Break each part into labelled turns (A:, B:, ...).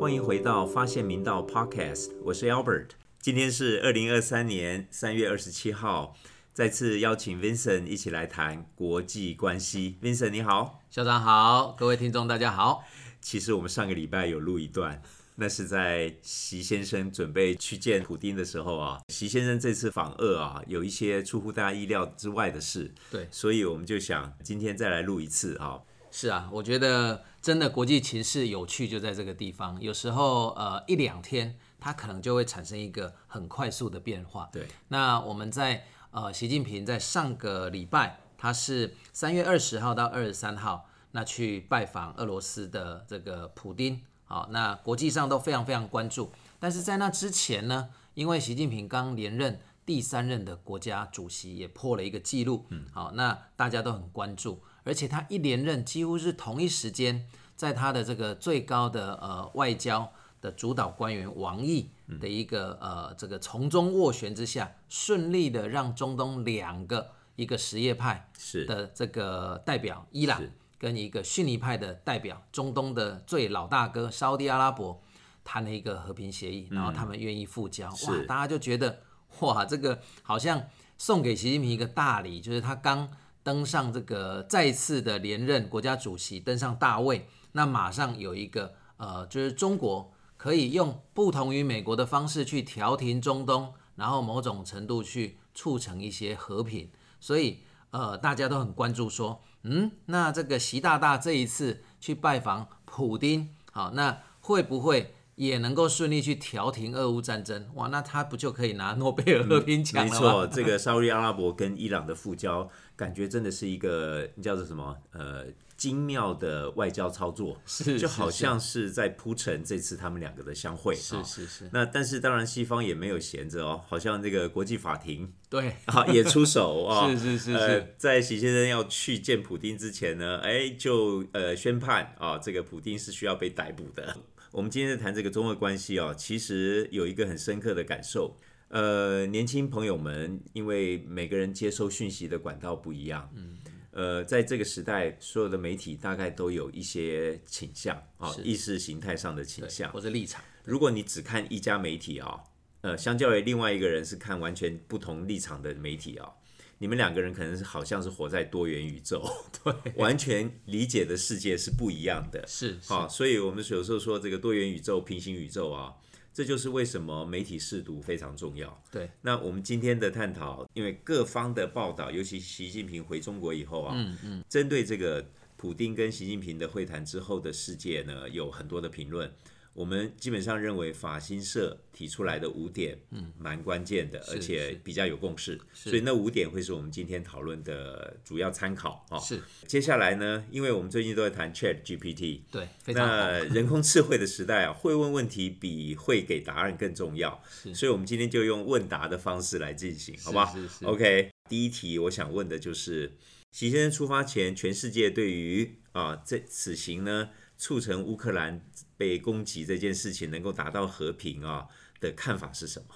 A: 欢迎回到《发现明道》Podcast，我是 Albert。今天是二零二三年三月二十七号，再次邀请 Vincent 一起来谈国际关系。Vincent 你好，
B: 校长好，各位听众大家好。
A: 其实我们上个礼拜有录一段，那是在习先生准备去见普丁的时候啊。习先生这次访俄啊，有一些出乎大家意料之外的事，
B: 对，
A: 所以我们就想今天再来录一次啊。
B: 是啊，我觉得真的国际情势有趣就在这个地方，有时候呃一两天，它可能就会产生一个很快速的变化。
A: 对，
B: 那我们在呃，习近平在上个礼拜，他是三月二十号到二十三号，那去拜访俄罗斯的这个普丁，好，那国际上都非常非常关注。但是在那之前呢，因为习近平刚连任第三任的国家主席，也破了一个记录，嗯，好，那大家都很关注，而且他一连任几乎是同一时间，在他的这个最高的呃外交的主导官员王毅的一个、呃这个从中斡旋之下，顺利的让中东两个一个什叶派
A: 是
B: 的这个代表伊朗
A: 是
B: 跟一个逊尼派的代表中东的最老大哥沙地阿拉伯谈了一个和平协议，然后他们愿意复交，哇
A: 是，
B: 大家就觉得哇，这个好像送给习近平一个大礼，就是他刚登上这个再次的连任国家主席，登上大位，那马上有一个呃，就是中国可以用不同于美国的方式去调停中东，然后某种程度去促成一些和平，所以呃，大家都很关注说，嗯，那这个习大大这一次去拜访普丁，好，那会不会也能够顺利去调停俄乌战争？哇，那他不就可以拿诺贝尔和平奖
A: 嗯没
B: 了吗？
A: 错，这个沙特阿拉伯跟伊朗的复交，感觉真的是一个叫做什么？呃，精妙的外交操作，
B: 是
A: 就好像是在铺陈这次他们两个的相会。
B: 是
A: 啊
B: 是是，
A: 那但是当然，西方也没有闲着哦，好像这个国际法庭
B: 对，
A: 啊也出手啊、
B: 是是是
A: 呃
B: 是，
A: 在习先生要去见普丁之前呢，哎，就呃宣判啊、这个普丁是需要被逮捕的。我们今天在谈这个中俄关系哦，其实有一个很深刻的感受。呃，年轻朋友们，因为每个人接收讯息的管道不一样，嗯，呃，在这个时代，所有的媒体大概都有一些倾向啊、
B: 是
A: 意识形态上的倾
B: 对
A: 向。
B: 或者立场，
A: 如果你只看一家媒体啊、呃，相较于另外一个人是看完全不同立场的媒体啊、你们两个人可能是好像是活在多元宇宙， 对，完全理解的世界是不一样的。
B: 是是
A: 好、所以我们有时候说这个多元宇宙、平行宇宙啊，这就是为什么媒体试读非常重要。
B: 对，
A: 那我们今天的探讨，因为各方的报道，尤其习近平回中国以后啊，嗯嗯，针对这个普丁跟习近平的会谈之后的世界呢，有很多的评论。我们基本上认为法新社提出来的五点，嗯，蛮关键的，而且
B: 是
A: 比较有共识，所以那五点会是我们今天讨论的主要参考啊、哦。
B: 是，
A: 接下来呢，因为我们最近都在谈 Chat GPT，
B: 对，非常好，
A: 哦那人工智慧的时代 啊，会问问题比会给答案更重要，所以我们今天就用问答的方式来进行，好不好
B: 是是
A: o k 第一题我想问的就是，习先生出发前，全世界对于啊这此行呢，促成乌克兰被攻击这件事情能够达到和平啊的看法是什么？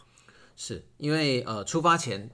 B: 是因为呃，出发前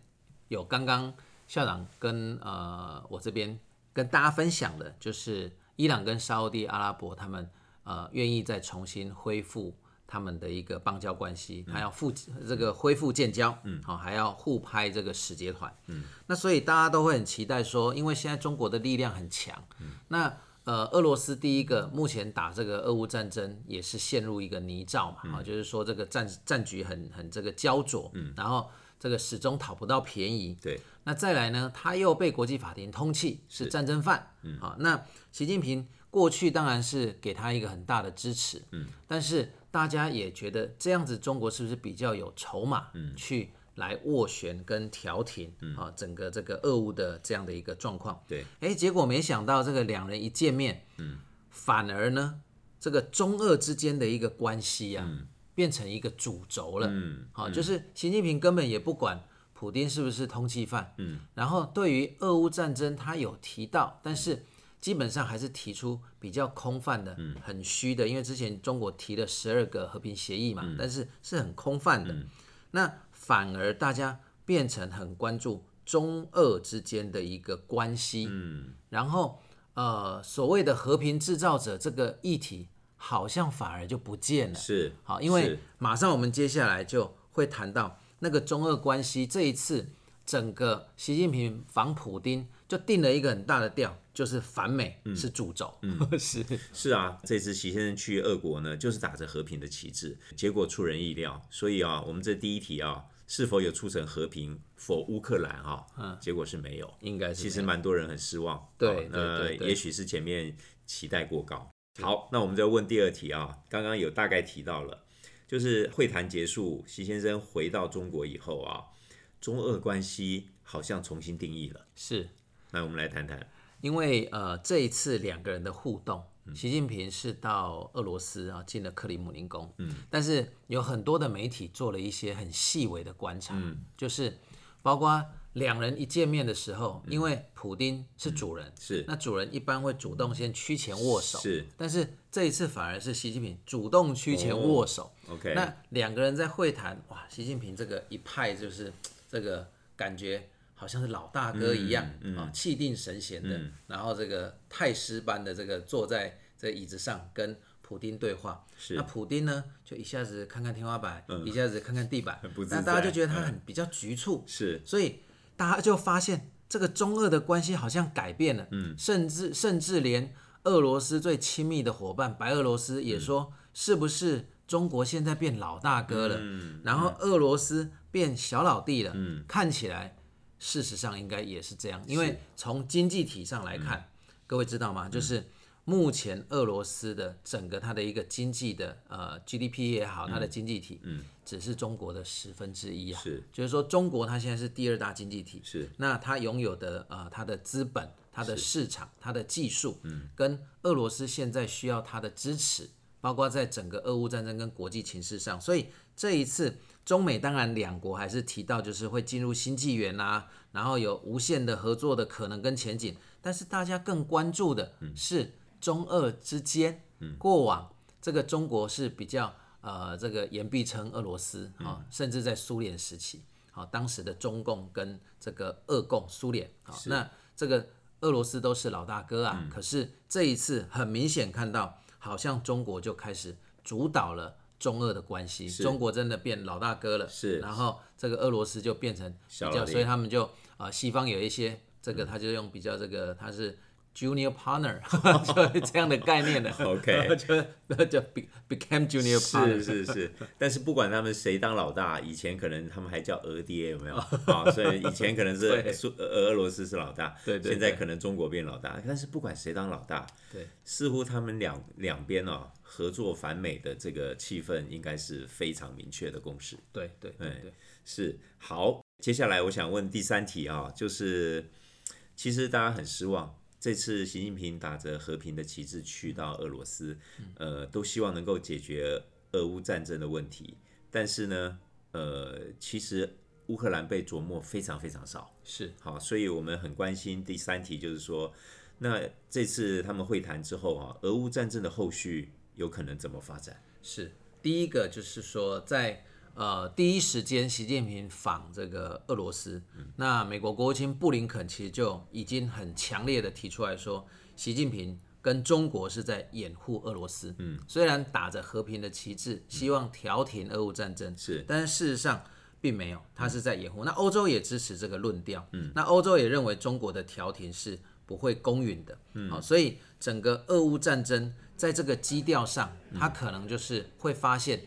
B: 有刚刚校长跟呃我这边跟大家分享的，就是伊朗跟沙烏地阿拉伯他们呃愿意再重新恢复他们的一个邦交关系，还要复这个恢复建交，嗯，好、还要互拍这个使节团，嗯，那所以大家都会很期待说，因为现在中国的力量很强，那呃，俄罗斯第一个目前打这个俄乌战争也是陷入一个泥沼嘛，啊、就是说这个战战局很很这个焦灼，嗯，然后这个始终讨不到便宜，
A: 对，
B: 那再来呢，他又被国际法庭通缉是战争犯，嗯，好、那习近平过去当然是给他一个很大的支持，嗯，但是大家也觉得这样子中国是不是比较有筹码，嗯，去来斡旋跟调停，嗯，啊、整个这个俄乌的这样的一个状况，
A: 对，
B: 哎，结果没想到这个两人一见面，嗯，反而呢，这个中俄之间的一个关系啊，变成一个主轴了，
A: 嗯，
B: 好、就是习近平根本也不管普丁是不是通缉犯，嗯，然后对于俄乌战争他有提到，但是基本上还是提出比较空泛的、很虚的，因为之前中国提了十二个和平协议嘛，但是是很空泛的，那反而大家变成很关注中俄之间的一个关系。嗯，然后呃，所谓的和平制造者这个议题，好像反而就不见了。
A: 是
B: 好，因
A: 是
B: 为马上我们接下来就会谈到那个中俄关系。这一次，整个习近平访普丁就定了一个很大的调，就是反美
A: 嗯
B: 是主轴。 是
A: 是啊，这次习先生去俄国呢，就是打着和平的旗帜，结果出人意料。所以啊，我们这第一题啊，是否有促成和平否乌克兰啊？嗯，结果是没有。
B: 应该是
A: 其
B: 这
A: 实
B: 样
A: 蛮多人很失望，
B: 对
A: 哦
B: 对
A: 那
B: 对对
A: 也许是前面期待过高。好，那我们再问第二题啊，刚刚有大概提到了，就是会谈结束，习先生回到中国以后啊，中俄关系好像重新定义了。
B: 是
A: 那我们来谈谈，
B: 因为呃这一次两个人的互动，
A: 嗯
B: 习近平是到俄罗斯啊进了克里姆林宫，嗯，但是有很多的媒体做了一些很细微的观察，
A: 嗯
B: 就是包括两人一见面的时候，因为普丁是主人，
A: 嗯是
B: 那主人一般会主动先屈前握手，
A: 是
B: 但是这一次反而是习近平主动屈前握
A: 哦
B: 手，
A: OK，
B: 那两个人在会谈，哇，习近平这个一派就是这个感觉好像是老大哥一样啊、
A: 嗯
B: 气定神闲的，然后这个太师般的这个坐在这椅子上跟普丁对话。
A: 是嗯
B: 那普丁呢，就一下子看看天花板，一下子看看地板
A: 不，自
B: 那大家
A: 在嗯
B: 就觉得他很比较局促，
A: 是
B: 所以大家就发现这个中俄的关系好像改变了，嗯，甚至甚至连俄罗斯最亲密的伙伴白俄罗斯也说，是不是中国现在变老大哥了？嗯，然后俄罗斯变小老弟了，嗯，看起来事实上应该也是这嗯样，因为从经济体上来看，各位知道吗？就是。目前俄罗斯的整个它的一个经济的呃 GDP 也好，它的经济体，嗯，只是中国的十分之一啊，
A: 是
B: 就是说中国它现在是第二大经济体，
A: 是
B: 那它拥有的呃它的资本、它的市场、它的技术，嗯，跟俄罗斯现在需要它的支持，包括在整个俄乌战争跟国际情势上，所以这一次中美当然两国还是提到就是会进入新纪元啊，然后有无限的合作的可能跟前景，但是大家更关注的是中俄之间、过往这个中国是比较呃这个言必称俄罗斯
A: 嗯
B: 啊、甚至在苏联时期，好、当时的中共跟这个俄共苏联啊、那这个俄罗斯都是老大哥
A: 嗯
B: 啊，可是这一次很明显看到，好像中国就开始主导了。中俄的关系，中国真的变老大哥了，
A: 是
B: 然后这个俄罗斯就变成比
A: 小老嗯
B: 较，
A: 弟
B: 所以他们就啊、呃西方有一些这个，他就用比较这个，他是 junior partner，就是 这样的概念的
A: OK
B: 就就 be- became junior partner，
A: 是是 是，但是不管他们谁当老大，以前可能他们还叫俄爹，有没 有？啊，所以以前可能是
B: 对
A: 苏呃俄俄罗斯是老大，
B: 对对对
A: 现在可能中国变老大，但是不管谁当老大，
B: 对，
A: 似乎他们两两边哦合作反美的这个气氛应该是非常明确的共识。
B: 对对对
A: 哎
B: 对，
A: 是好，接下来我想问第三题啊，就是其实大家很失望，这次习近平打着和平的旗帜去到俄罗斯，
B: 嗯
A: 呃，都希望能够解决俄乌战争的问题，但是呢，呃，其实乌克兰被琢磨非常非常少，
B: 是
A: 好，所以我们很关心第三题，就是说，那这次他们会谈之后啊，俄乌战争的后续有可能怎么发展？
B: 是。第一个就是说，在呃第一时间，习近平访这个俄罗斯，
A: 嗯
B: 那美国国务卿布林肯其实就已经很强烈的提出来说，习近平跟中国是在掩护俄罗斯。嗯，虽然打着和平的旗帜，希望调停俄乌战争，
A: 嗯是
B: 但是事实上并没有，他是在掩护。那欧洲也支持这个论调，嗯，那欧洲也认为中国的调停是不会公允的，嗯，好、所以整个俄乌战争在这个基调上，它可能就是会发现，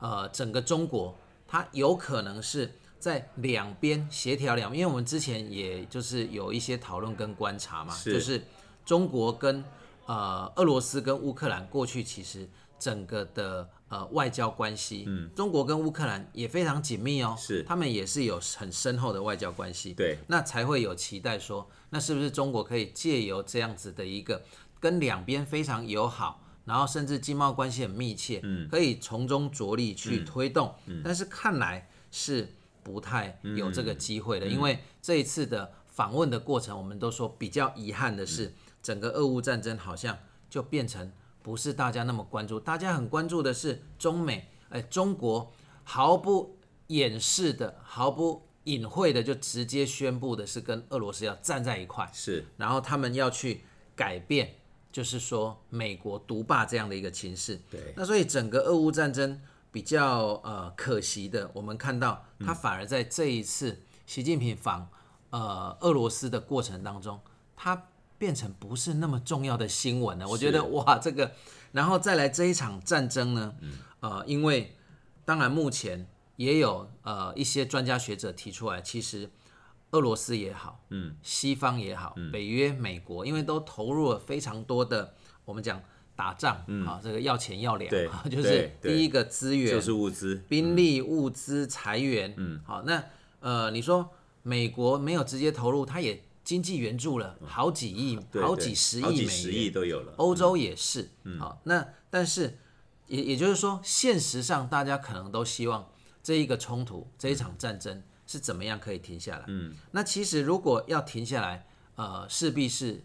B: 呃，整个中国它有可能是。在两边协调两，因为我们之前也就是有一些讨论跟观察嘛，
A: 是
B: 就是中国跟呃俄罗斯跟乌克兰过去其实整个的呃外交关系，嗯，中国跟乌克兰也非常紧密哦，
A: 是
B: 他们也是有很深厚的外交关系，
A: 对，
B: 那才会有期待说，那是不是中国可以借由这样子的一个跟两边非常友好，然后甚至经贸关系很密切，嗯，可以从中着力去推动，
A: 嗯
B: 但是看来是不太有这个机会的，
A: 嗯
B: 因为这一次的访问的过程，我们都说比较遗憾的
A: 嗯
B: 是，整个俄乌战争好像就变成不是大家那么关注，大家很关注的是中美，哎、中国毫不掩饰的、毫不隐晦的就直接宣布的是跟俄罗斯要站在一块，
A: 是
B: 然后他们要去改变，就是说美国独霸这样的一个情势。
A: 对，
B: 那所以整个俄乌战争比较呃可惜的，我们看到他反而在这一次习近平访呃俄罗斯的过程当中，他变成不是那么重要的新闻了。我觉得哇，这个，然后再来这一场战争呢，呃，因为当然目前也有呃一些专家学者提出来，其实俄罗斯也好，嗯，西方也好，
A: 嗯
B: 北约、美国，因为都投入了非常多的我们讲打仗、啊，这个要钱要粮
A: 嗯对
B: 啊， 就是
A: 对对
B: 第一个资源
A: 就是物资，
B: 兵力、物资、裁员。嗯，好，那呃，你说美国没有直接投入，它也经济援助了好几亿、
A: 嗯对
B: 好
A: 对
B: 几十
A: 好
B: 亿
A: 几
B: 美
A: 十
B: 元，哦
A: 亿都有了。
B: 欧洲也是。好，那但是也也就是说，现实上大家可能都希望这一个冲突、这一场战争是怎么样可以停下来。嗯，那其实如果要停下来，呃，势必是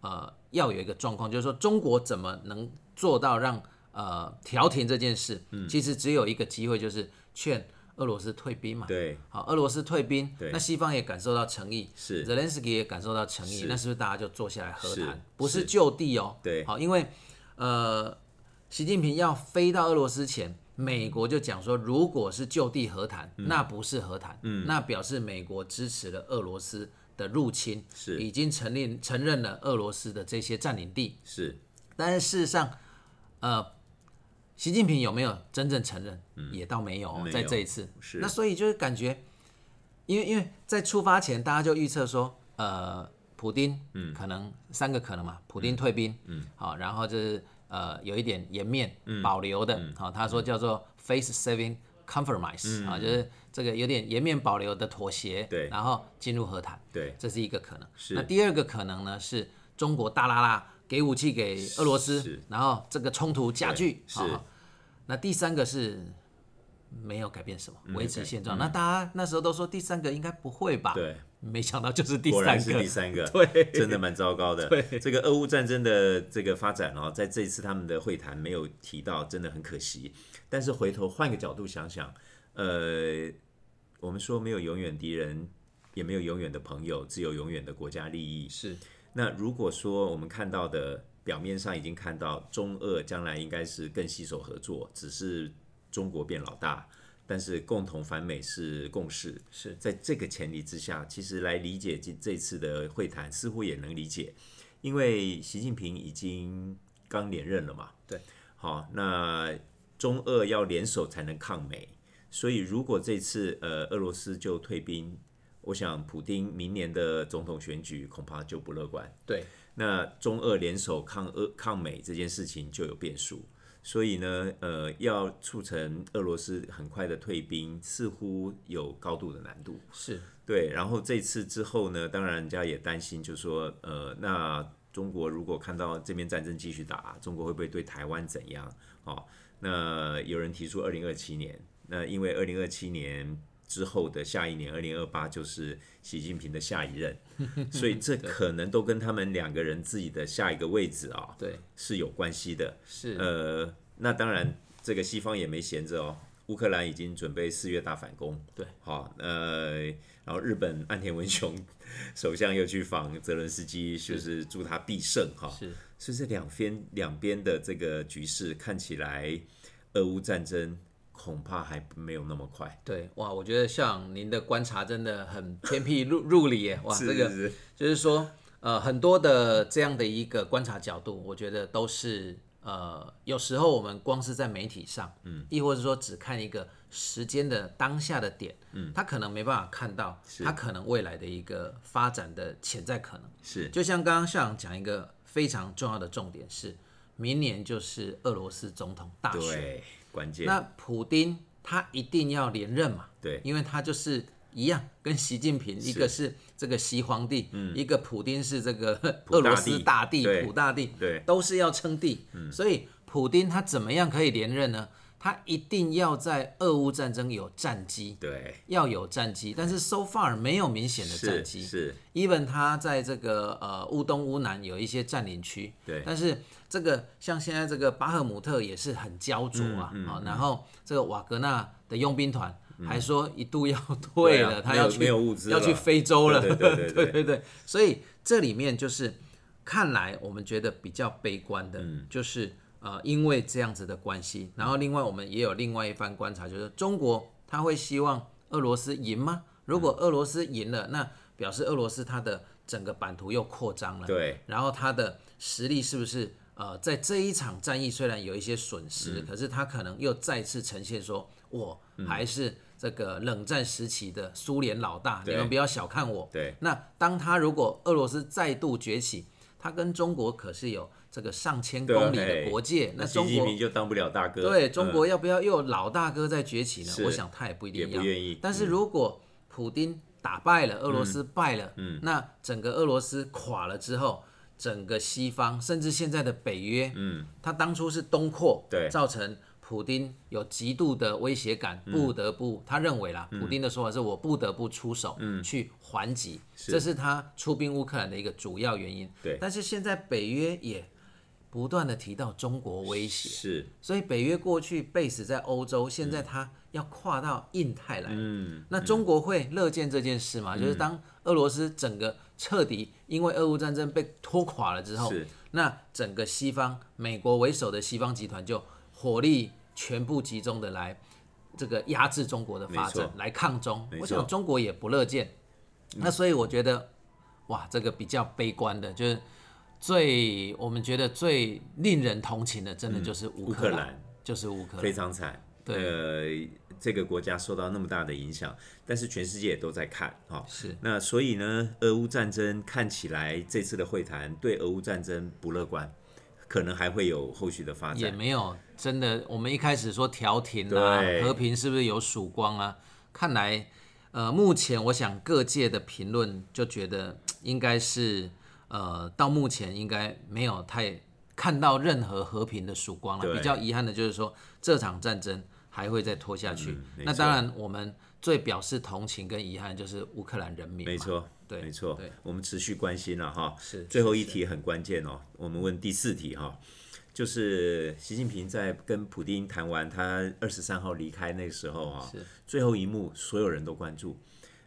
B: 呃要有一个状况，就是说中国怎么能做到让呃调停这件事？嗯，其实只有一个机会，就是劝俄罗斯退兵嘛。
A: 对，
B: 好，俄罗斯退兵，
A: 对
B: 那西方也感受到诚意，
A: 是
B: 泽连斯基也感受到诚意，
A: 是
B: 那是不是大家就坐下来和
A: 是
B: 谈？不是
A: 是
B: 就地哦，
A: 对
B: 好，因为呃，习近平要飞到俄罗斯前，美国就讲说，如果是就地和谈，
A: 嗯
B: 那不是和谈，那表示美国支持了俄罗斯的入侵，
A: 是
B: 已经承认承认了俄罗斯的这些占领地，
A: 是
B: 但是事实上，呃，习近平有没有真正承认，也倒没有哦、
A: 嗯没有
B: 在这一次。
A: 是
B: 那所以就是感觉，因为因为在出发前，大家就预测说，呃，普丁，嗯，可能三个可能嘛，普丁退兵，嗯，好、然后就是呃有一点颜面、
A: 嗯
B: 保留的，好、他说叫做 face saving compromise 啊、就是这个有点颜面保留的妥协，
A: 嗯对
B: 然后进入和谈。
A: 对，
B: 这是一个可能。
A: 是
B: 那第二个可能呢，是中国大拉拉给武器给俄罗斯
A: 是，
B: 然后这个冲突加剧。
A: 是
B: 好好那第三个是没有改变什么，维持现状。那大家那时候都说第三个应该不会吧？，
A: 嗯对，
B: 没想到就是啊第
A: 果
B: 三
A: 然是第
B: 个。
A: 三个，
B: 对
A: 真的蛮糟糕的。
B: 对
A: 这个俄乌战争的这个发展哦，在这一次他们的会谈没有提到，真的很可惜。但是回头换个角度想想，呃，我们说没有永远敌人，也没有永远的朋友，只有永远的国家利益。
B: 是
A: 那如果说我们看到的表面上已经看到中俄将来应该是更携手合作，只是中国变老大，但是共同反美是共识。
B: 是
A: 在这个前提之下，其实来理解这这次的会谈，似乎也能理解，因为习近平已经刚连任了嘛。
B: 对，
A: 好，那中俄要联手才能抗美，所以如果这次呃俄罗斯就退兵，我想普丁明年的总统选举恐怕就不乐观。
B: 对
A: 那中俄联手抗俄抗美这件事情就有变数，所以呢，呃，要促成俄罗斯很快的退兵，似乎有高度的难度。
B: 是
A: 对，然后这次之后呢，当然人家也担心，就说，呃，那中国如果看到这边战争继续打，中国会不会对台湾怎样？哦，那有人提出二零二七年，那因为二零二七年之后的下一年，二零二八就是习近平的下一任，所以这可能都跟他们两个人自己的下一个位置啊、
B: 对
A: 是有关系的。
B: 是、
A: 呃，那当然，这个西方也没闲着哦。乌克兰已经准备四月大反攻，
B: 对，
A: 好、呃，然后日本岸田文雄 首相又去访泽伦斯基，就是祝他必胜哈、
B: 是
A: 所以这两边两边的这个局势看起来，俄乌战争恐怕还没有那么快。
B: 对哇，我觉得像您的观察真的很偏僻入入理耶，哇，
A: 是
B: 啊这个
A: 是是
B: 就是说，呃，很多的这样的一个观察角度，我觉得都是呃，有时候我们光是在媒体上，嗯，亦或是说只看一个时间的当下的点，嗯，他可能没办法看到，他可能未来的一个发展的潜在可能。
A: 是
B: 就像刚刚校长讲一个非常重要的重点是，明年就是俄罗斯总统大选，
A: 对，关键
B: 那普丁他一定要连任嘛？
A: 对
B: 因为他就是一样，跟习近平一个是这个习皇帝，一个普丁是 这个
A: 嗯普大帝
B: 俄罗斯大帝
A: 对
B: 普大帝，
A: 对嗯
B: 都是要称帝。所以普丁他怎么样可以连任呢？他一定要在俄乌战争有战机，
A: 对
B: 要有战机，但是 so far 没有明显的战
A: 是
B: 机。
A: 是
B: even 他在这个呃乌东乌南有一些占领区，
A: 对
B: 但是这个像现
A: 嗯
B: 哦在这个巴赫姆特也是很焦灼啊，啊、然后这个瓦格纳的佣兵团，还说一度要退
A: 对啊
B: 了，他
A: 没有
B: 要去
A: 没有物资了
B: 要去非洲了，
A: 对对对对对
B: 对对所以这里面就是看来我们觉得比较悲观的，
A: 嗯
B: 就是呃，因为这样子的关系，然后另外我们也有另外一番观察，就是中国他会希望俄罗斯赢吗？如果俄罗斯
A: 嗯
B: 赢了，那表示俄罗斯它的整个版图又扩张了，
A: 对，
B: 然后他的实力是不是呃，在这一场战役虽然有一些损失，
A: 嗯
B: 可是他可能又再次呈现说，我还是这个冷战时期的苏联老大，你
A: 对
B: 们不要小看我。
A: 对，
B: 那当他如果俄罗斯再度崛起，他跟中国可是有这个上千
A: 对啊
B: 公里
A: 嘿
B: 的国界，那
A: 习
B: 中
A: 近
B: 国
A: 平就当不了大哥，
B: 对
A: 嗯
B: 中国要不要又有老大哥在崛起呢？
A: 是
B: 我想他也不一定
A: 也
B: 要。
A: 不愿意嗯
B: 但是如果普丁打败了俄罗斯，败了，嗯，那整个俄罗斯垮了之后，整个西方甚至现在的北约，嗯，他当初是东扩，
A: 对
B: 造成。普丁有极度的威胁感，
A: 嗯
B: 不得不、他认为啦，普丁的说法是我不得不出手、
A: 嗯
B: 去还击，这是他出兵乌克兰的一个主要原因。
A: 对
B: 但是现在北约也不断的提到中国威胁，
A: 是
B: 所以北约过去 base 在欧洲，现在它要跨到印太来。嗯，那中国会乐见这件事
A: 嗯
B: 吗？就是当俄罗斯整个彻底因为俄乌战争被拖垮了之后
A: 是，
B: 那整个西方美国为首的西方集团就火力全部集中的来这个压制中国的发
A: 没
B: 展
A: 错，
B: 来抗中
A: 没。错嗯
B: 我想中国也不乐见。那所以我觉得，哇，这个比较悲观的，就是最我们觉得最令人同情的，真的就是乌
A: 乌
B: 克
A: 克
B: 兰，
A: 兰
B: 就是乌克
A: 非
B: 兰。
A: 常惨。
B: 对
A: 呃，这个国家受到那么大的影响，但是全世界也都在看哈、哦。
B: 是
A: 那所以呢，俄乌战争看起来这次的会谈对俄乌战争不乐观，可能还会有后续的发
B: 也
A: 展。
B: 没有真的，我们一开始说调停啊
A: 对，
B: 和平是不是有曙光啊？看来，呃，目前我想各界的评论就觉得应该是，呃，到目前应该没有太看到任何和平的曙光了。
A: 对
B: 比较遗憾的就是说，这场战争还会再拖下去。
A: 嗯没
B: 那
A: 错
B: 当然，我们最表示同情跟遗憾就是乌克兰人民嘛。
A: 没错，
B: 对
A: 没错
B: 对，
A: 我们持续关心了哈。
B: 是
A: 最后
B: 是
A: 一题很关键哦，我们问第四题哈，就是习近平在跟普丁谈完他二十三号离开那个时候哈，
B: 是
A: 最后一幕所有人都关注。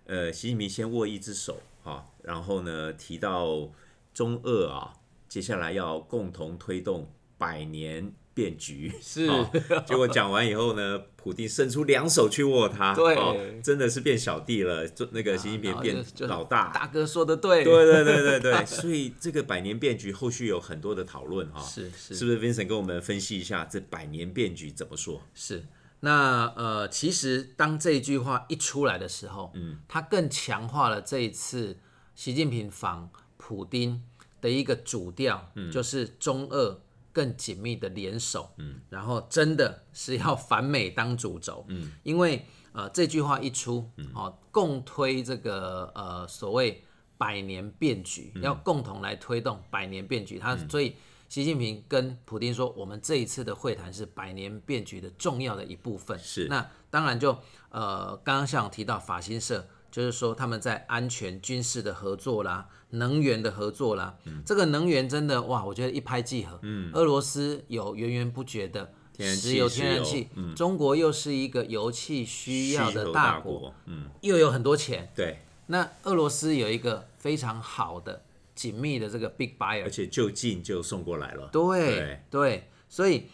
A: 呃，习近平先握一只手哈，然后呢提到中俄啊，接下来要共同推动百年变 局。
B: 是
A: 哦结果讲完以后呢，普丁伸出两手去握他，
B: 对啊
A: 哦，真的是变小弟了，就那个习近
B: 然
A: 平
B: 后
A: 变
B: 就就
A: 老大，
B: 大哥说的对，
A: 对对对对对， 所以这个百年变局后续有很多的讨论哈，
B: 是是
A: 是不是？Vincent 跟我们分析一下这百年变局怎么说？
B: 是，那呃，其实当这一句话一出来的时候，嗯，它更强化了这一次习近平访普丁的一个主调，嗯，就是中俄更紧密的联手，嗯，然后真的是要反美当主轴，嗯，因为呃这句话一出，哦，共推这个呃所谓百年变局，
A: 嗯
B: 要共同来推动百年变局，它所以。习近平跟普京说，我们这一次的会谈是百年变局的重要的一部分。
A: 是
B: 那当然就呃，刚刚像提到法新社，就是说他们在安全、军事的合作啦，能源的合作啦，
A: 嗯
B: 这个能源真的哇，我觉得一拍即合。嗯，俄罗斯有源源不绝的。
A: 天然气
B: 石油、天然
A: 石
B: 气
A: 油，
B: 中国又是一个油气需要
A: 需
B: 的
A: 求
B: 大
A: 大
B: 国，，
A: 嗯，
B: 又有很多钱。
A: 对，
B: 那俄罗斯有一个非常好的、紧密的这个 big buyer，
A: 而且就近就送过来了，
B: 对
A: 对
B: 对，所以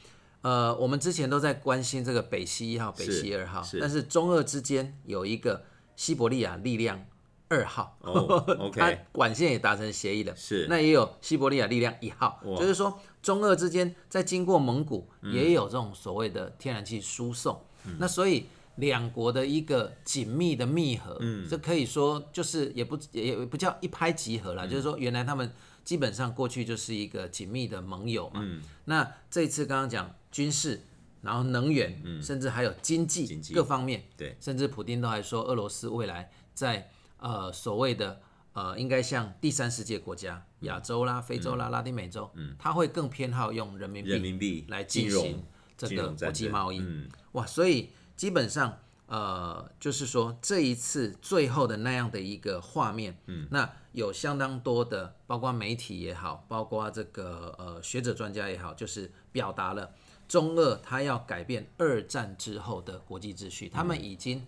B: 呃，我们之前都在关心这个北溪一号、北
A: 是
B: 溪二号，
A: 是
B: 但是中俄之间有一个西伯利亚力量二号，
A: 哦
B: 它
A: ，OK，
B: 管线也达成协议了。
A: 是
B: 那也有西伯利亚力量一号，
A: 哇
B: 就是说中俄之间在经过蒙古也有这种所谓的天然气输送，
A: 嗯
B: 那所以两国的一个紧密的密合，
A: 嗯
B: 这可以说就是也不也也不叫一拍即合
A: 嗯
B: 啦，就是说原来他们基本上过去就是一个紧密的盟友嘛，
A: 嗯
B: 那这次刚刚讲军事。然后能源，甚至还有经济
A: 嗯经济
B: 各方面，
A: 对
B: 甚至普丁都还说，俄罗斯未来在呃所谓的呃，应该像第三世界国家，亚洲啦、非洲啦、拉丁美洲，嗯，他会更偏好用人民
A: 人
B: 币
A: 民币
B: 来
A: 金
B: 进
A: 融
B: 行这
A: 金
B: 个
A: 融
B: 国
A: 战
B: 际
A: 争
B: 贸易。
A: 嗯，
B: 哇，所以基本上呃，就是说这一次最后的那样的一个画面，嗯，那有相当多的，包括媒体也好，包括这个呃学者专家也好，就是表
A: 嗯
B: 达了中俄他要改变二战之后的国际秩序，他们已经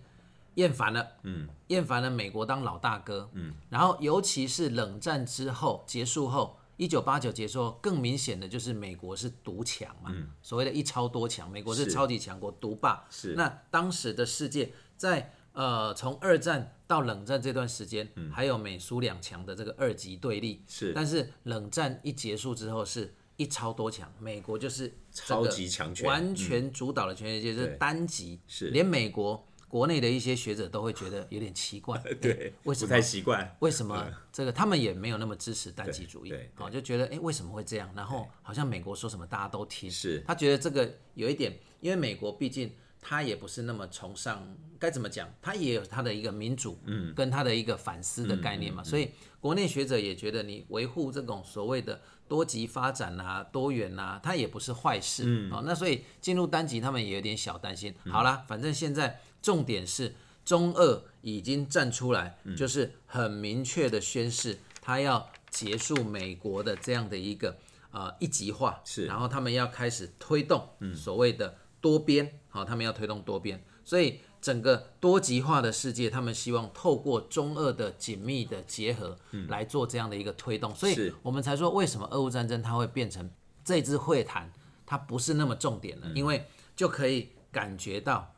B: 厌烦了，嗯，厌烦了美国当老大哥，嗯，然后尤其是冷战之后结束后，一九八九结束后，更明显的就是美国是独强嘛，所谓的一超多强，美国是
A: 嗯是
B: 超级强国独霸，
A: 是
B: 那当时的世界在呃从二战到冷战这段时间，还有美苏两强的这个二级对立，
A: 嗯是
B: 但是冷战一结束之后是。一超多强，美国就是这
A: 超
B: 个
A: 级强权嗯
B: 完全主导了全世界，就是
A: 对
B: 单极，
A: 是
B: 连美国国内的一些学者都会觉得有点奇怪，
A: 对，
B: 哎为
A: 不
B: 什
A: 太
B: 么？
A: 习惯。
B: 为什么这个他们也没有那么支持单极主义
A: 对对？
B: 好，就觉得哎，诶为什么会这样？然后好像美国说什么大家都听，
A: 是
B: 他觉得这个有一点，因为美国毕竟他也不是那么崇尚，该怎么讲？他也有他的一个民主，嗯，跟他的一个反思的概念
A: 嗯
B: 嘛。所以国内学者也觉得你维护这种所谓的多极发展啊、多元啊，它也不是坏事，嗯，哦，那所以进入单极，他们也有点小担心。
A: 嗯
B: 好啦，反正现在重点是中俄已经站出来，
A: 嗯
B: 就是很明确的宣示，他要结束美国的这样的一个。呃一极化，
A: 是嗯
B: 然后他们要开始推动所谓的多边，好、他们要推动多边，所以整个多极化的世界，他们希望透过中俄的紧密的结合来做这样的一个推动，所以
A: 嗯是
B: 我们才说为什么俄乌战争它会变成这次会谈它不是那么重点
A: 嗯
B: 了，因为就可以感觉到。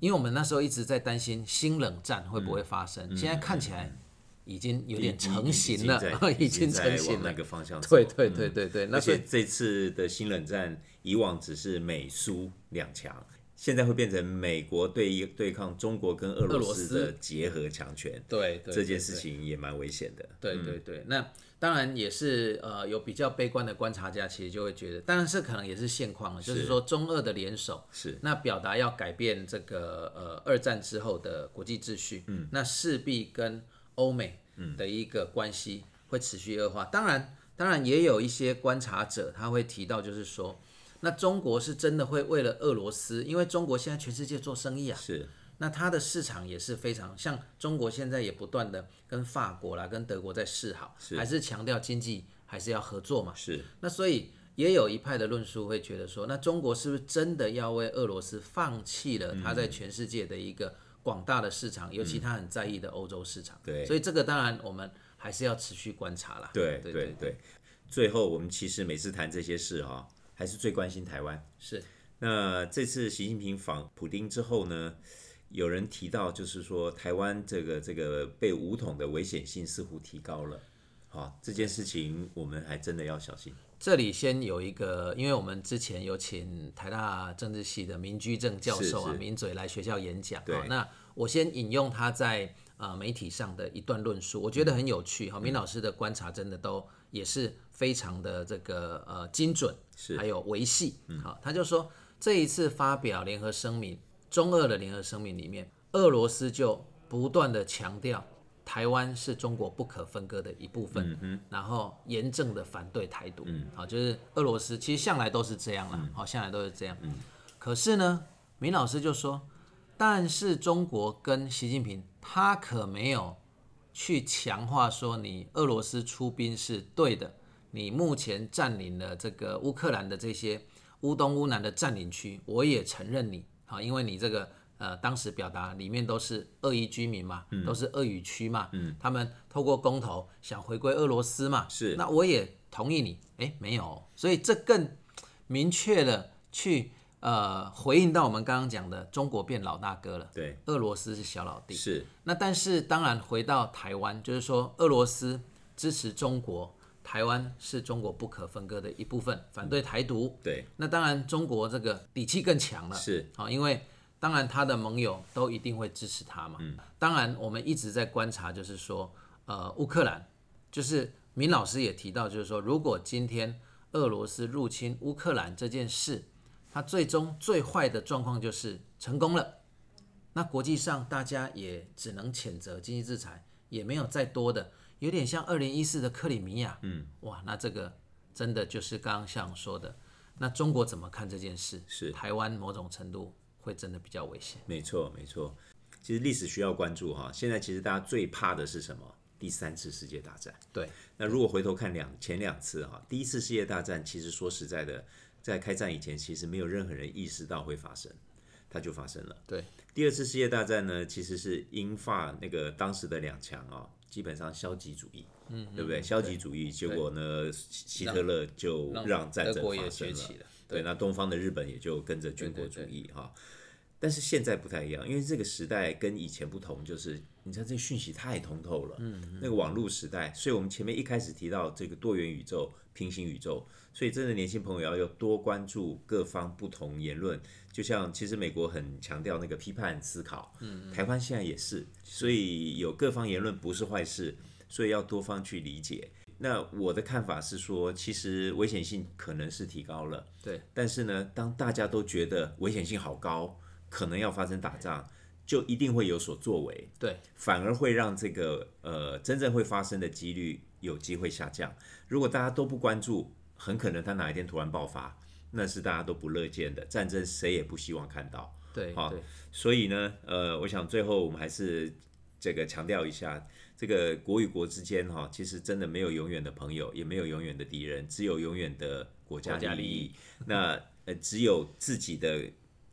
B: 因为我们那时候一直在担心新冷战会不会发生，
A: 嗯
B: 现在看起来已经有点成型了，
A: 已
B: 经
A: 在
B: 成
A: 已在
B: 型
A: 往那
B: 了。
A: 个方向走。嗯
B: 对对对对对，那
A: 而
B: 所以
A: 且这次的新冷战，以往只是美苏两强，现在会变成美国对对抗中国跟俄
B: 俄
A: 罗
B: 罗
A: 斯
B: 斯
A: 的结合强权，
B: 对对
A: 这件事，情嗯也蛮危险的。
B: 对对对对，那当然也是呃，有比较悲观的观察家，其实就会觉得，当然是可能也是现况了，就是说中俄的联手
A: 是
B: 那表达要改变这个呃二战之后的国际秩序，嗯，那势必跟欧美的一个关系会持续恶化。当然，当然也有一些观察者他会提到，就是说，那中国是真的会为了俄罗斯，因为中国现在全世界做生意啊，
A: 是
B: 那它的市场也是非常像中国现在也不断的跟法国啦、跟德国在示好，还是强调经济还是要合作嘛。
A: 是
B: 那所以也有一派的论述会觉得说，那中国是不是真的要为俄罗斯放弃了它在全世界的一个广大的市场，尤其它很在意的欧洲市场？
A: 嗯对
B: 所以这个当然我们还是要持续观察啦。
A: 对
B: 对
A: 对对。最后，我们其实每次谈这些事啊、还是最关心台湾。
B: 是
A: 那这次习近平访普丁之后呢，有人提到就是说台湾这个这个被武统的危险性似乎提高了。好，这件事情我们还真的要小心。
B: 这里先有一个，因为我们之前有请台大政治系的明居正教授
A: 是
B: 啊，
A: 是
B: 明嘴来学校演讲。
A: 对
B: 好那我先引用他在呃媒体上的一段论述，我觉得很有趣
A: 嗯
B: 哈、明老师的观察真的都也是非常的这个呃精准，
A: 是嗯
B: 还有维系。好、他就说这一次发表联合声明，中俄的联合声明里面，俄罗斯就不断的强调。台湾是中国不可分割的一部分，
A: 嗯
B: 然后严正的反对台独，好、就是俄罗斯其实向来都是这样啦，
A: 嗯
B: 好、向来都是这样。可是呢，明老师就说，但是中国跟习近平他可没有去强化说你俄罗斯出兵是对的，你目前占领了这个乌克兰的这些乌东乌南的占领区，我也承认你，好，因为你这个呃当时表达里面都是恶意居民嘛，都是恶语区嘛，他们透过公投想回归俄罗斯嘛，
A: 是
B: 那我也同意你，诶，没有哦，所以这更明确的去呃回应到我们刚刚讲的中国变老大哥了，
A: 对，
B: 俄罗斯是小老弟，
A: 是
B: 那但是当然回到台湾，就是说俄罗斯支持中国，台湾是中国不可分割的一部分，反对台独。
A: 对，
B: 那当然中国这个底气更强了，
A: 是
B: 好、因为当然他的盟友都一定会支持他嘛。当然我们一直在观察，就是说呃乌克兰，就是明老师也提到，就是说如果今天俄罗斯入侵乌克兰这件事，它最终最坏的状况就是成功了。那国际上大家也只能谴责经济制裁，也没有再多的，有点像二零一四的克里米亚，嗯，哇，那这个真的就是刚刚像说的，那中国怎么看这件事？
A: 是
B: 台湾某种程度会真的比较危险，
A: 没错没错。其实历史需要关注哈。现在其实大家最怕的是什么？第三次世界大战。
B: 对，
A: 那如果回头看两前两次哈，第一次世界大战其实说实在的，在开战以前，其实没有任何人意识到会发生。它就发生了。
B: 对，
A: 第二次世界大战呢，其实是英法那个当时的两强啊，基本上消极主义，嗯，对不对？消极主义，结果呢，希希特勒就让战
B: 德
A: 争
B: 国也
A: 发生了
B: 崛起。了，
A: 对，那东方的日本也就跟着军国主
B: 对
A: 义哈。但是现在不太一样，因为这个时代跟以前不同，就是你看这个讯息太通透了，嗯，那个网络时代，所以我们前面一开始提到这个多元宇宙、平行宇宙，所以真的年轻朋友要要多关注各方不同言论，就像其实美国很强调那个批判思考，嗯，台湾现在也是，所以有各方言论不是坏事，所以要多方去理解。那我的看法是说，其实危险性可能是提高了。但是呢，当大家都觉得危险性好高，可能要发生打仗，就一定会有所作为，
B: 对，
A: 反而会让这个呃真正会发生的几率有机会下降。如果大家都不关注，很可能它哪一天突然爆发，那是大家都不乐见的，战争谁也不希望看到。
B: 对
A: 好
B: 对
A: 所以呢，呃，我想最后我们还是这个强调一下，这个国与国之间哈、其实真的没有永远的朋友，也没有永远的敌人，只有永远的国家
B: 国家
A: 利
B: 利
A: 益。那呃，只有自己的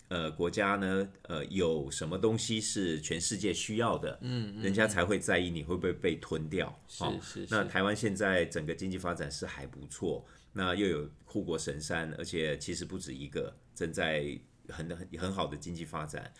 A: 呃国家呢，呃，有什么东西是全世界需要的，嗯，人家才会在意你会不会被吞掉。
B: 是
A: 哦
B: 是
A: 那
B: 是
A: 台湾现在整个经济发展是还不错，那又有护国神山，而且其实不止一个，正在很很很好的经济发展。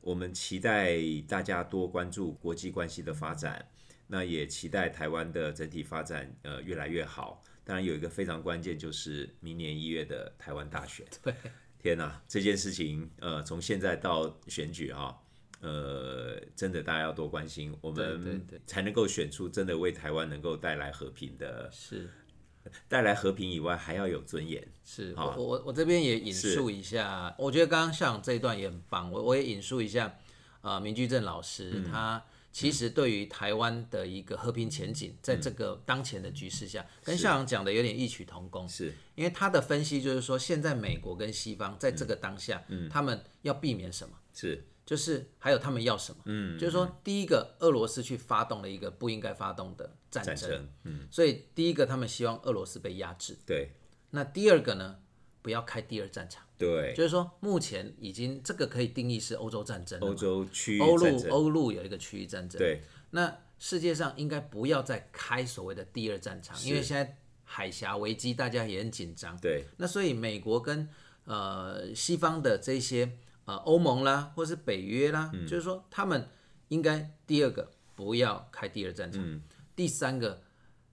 A: 我们期待大家多关注国际关系的发展，那也期待台湾的整体发展呃越来越好。当然有一个非常关键，就是明年一月的台湾大选。
B: 对，
A: 天呐，这件事情呃从现在到选举啊，呃，真的大家要多关心，我
B: 对
A: 们
B: 对
A: 才能够选出真的为台湾能够带来和平的，
B: 是。
A: 带来和平以外还要有尊严。
B: 是我
A: 好
B: 我我我这边也引
A: 是
B: 述一下，我觉得刚刚像这一段也很棒，我我也引述一下，呃，明居正老师、
A: 嗯
B: 他其实对于台湾的一个和平前
A: 嗯
B: 景，在这个当前的局势下，跟校长讲的有点异曲同工，
A: 是
B: 因为他的分析就是说，现在美国跟西方在这
A: 嗯
B: 个当下，他们要避免什么？
A: 是
B: 就是还有他们要什么，嗯，就是说第一个，俄罗斯去发动了一个不应该发动的战
A: 战
B: 争，
A: 争，嗯，
B: 所以第一个他们希望俄罗斯被压制，
A: 对
B: 那第二个呢，不要开第二战场，
A: 对，
B: 就是说目前已经这个可以定义是欧洲战争了嘛，
A: 欧洲区域
B: 欧
A: 战
B: 陆
A: 争，
B: 欧陆有一个区域战争，
A: 对，
B: 那世界上应该不要再开所谓的第二战场，因为现在海峡危机大家也很紧张，
A: 对
B: 那所以美国跟呃西方的这些呃欧盟啦，或是北约啦，
A: 嗯
B: 就是说他们应该第二个不要开第二战场，
A: 嗯
B: 第三个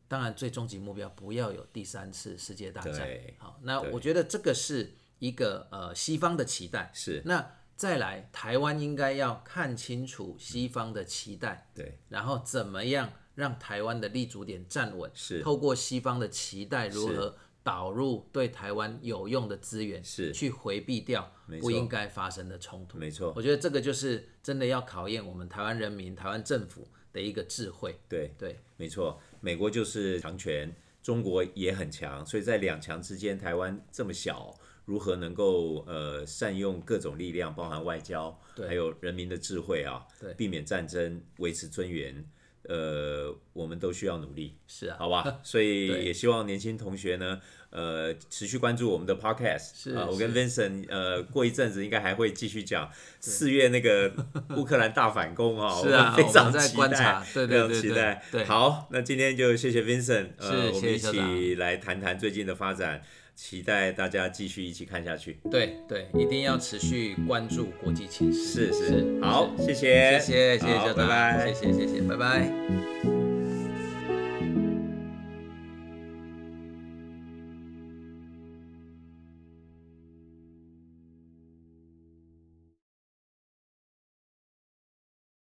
B: 当然最终极目标不要有第三次世界大战
A: 对。
B: 好，那我觉得这个是一个呃西方的期待。
A: 是
B: 那再来，台湾应该要看清楚西方的期待，
A: 对
B: 然后怎么样让台湾的立足点站稳？
A: 是
B: 透过西方的期待，如何导入对台湾有用的资源，
A: 是
B: 去回避掉
A: 没错
B: 不应该发生的冲突。
A: 没错
B: 我觉得这个就是真的要考验我们台湾人民、台湾政府的一个智慧。
A: 对。
B: 对，
A: 没错，美国就是强权，中国也很强，所以在两强之间，台湾这么小，如何能够呃善用各种力量，包含外交，
B: 对
A: 还有人民的智慧啊
B: 对，
A: 避免战争，维持尊严，呃，我们都需要努力。
B: 是啊，
A: 好 吧，所以
B: 对
A: 也希望年轻同学呢，呃，持续关注我们的 podcast。
B: 是
A: 啊、我
B: 是
A: 跟 Vincent，呃，过一阵子应该还会继续讲四月那 个乌克兰大反攻啊、
B: 是啊
A: 我们非常
B: 我们在
A: 期
B: 观察
A: 待非
B: 对对
A: 常
B: 对
A: 期
B: 对
A: 待。
B: 对
A: 好，那今天就谢谢 Vincent，呃，
B: 是
A: 我们一
B: 谢谢校长
A: 起来谈谈最近的发展，期待大家继续一起看下去。
B: 对对，一定要持续关注国际情势。
A: 是是，
B: 是
A: 好，谢谢，
B: 谢谢谢谢
A: 好
B: 校
A: 拜
B: 长，
A: 拜，
B: 谢谢谢谢，拜拜。